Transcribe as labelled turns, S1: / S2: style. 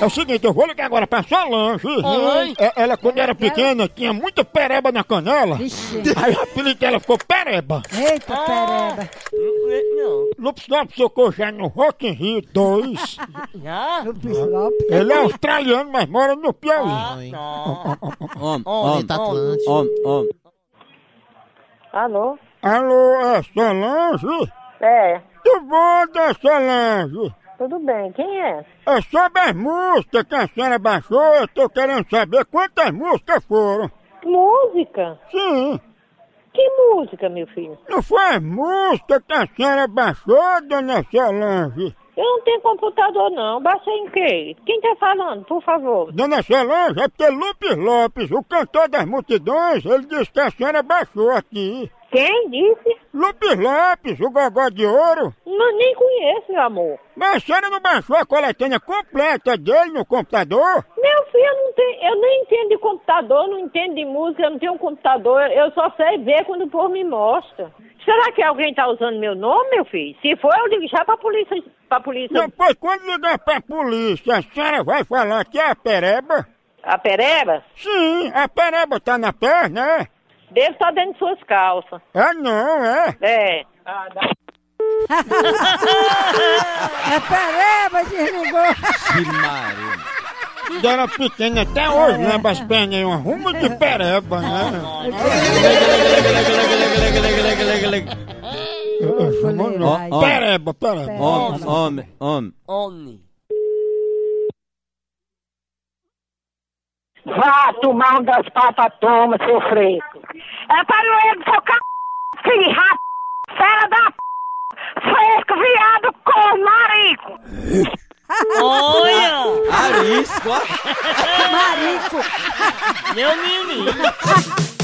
S1: É o seguinte, eu vou ligar agora pra Solange.
S2: Oi.
S1: É, Ela, quando era pequena, tinha muita pereba na canela.
S2: Vixe.
S1: Aí o apelido dela ficou pereba.
S2: Eita, pereba.
S3: Não.
S1: Lupus Lopes tocou já no Rock in Rio 2.
S3: Já?
S2: Bislope.
S1: Ele é australiano, mas mora no Piauí.
S3: Ah, Não.
S4: Homem,
S3: Homem,
S4: homem,
S3: tá
S4: homem, homem, homem.
S5: Alô?
S1: Alô, é Solange?
S5: É,
S1: Tudo bom, da Solange?
S5: tudo bem. Quem é?
S1: É sobre as músicas que a senhora baixou, eu tô querendo saber quantas músicas foram.
S5: Música?
S1: Sim,
S5: Que música, meu filho?
S1: não foi as músicas que a senhora baixou, dona Solange?
S5: Eu não tenho computador, não. Baixei em quê? Quem tá falando, por favor?
S1: Dona Solange, é porque Lupes Lopes, o cantor das multidões, ele disse que a senhora baixou aqui.
S5: Quem disse?
S1: Lupes Lopes, o gogó de ouro.
S5: Não, nem conheço, meu amor.
S1: Mas a senhora não baixou a coletânea completa dele no computador?
S5: Meu filho, eu, não tenho, eu nem entendo de computador, não entendo de música, eu não tenho um computador. Eu só sei ver quando o povo me mostra. Será que alguém tá usando meu nome, meu filho? Se for, eu ligo já pra polícia. Pra polícia.
S1: Depois, quando ligar pra polícia, a senhora vai falar que é a pereba?
S5: A Pereba?
S1: Sim, a pereba tá na perna, é?
S5: Deve estar dentro de suas calças.
S1: Ah, não, é?
S5: É.
S2: É pereba, desligou.
S4: Que maria.
S1: Quando era pequena, até hoje lembra as pernas, um rumo de pereba, né? Eu- eu chamo o nome.
S4: Ó, ó.
S1: Pereba, pereba.
S4: Homem, homem, homem.
S3: Homem.
S5: Vá tomar um das patas, toma, seu fresco. É para o seu c... filho rato, fera da p... fresco, viado, com marico.
S3: Olha!
S4: Arisco.
S2: Marico.
S3: Meu menino!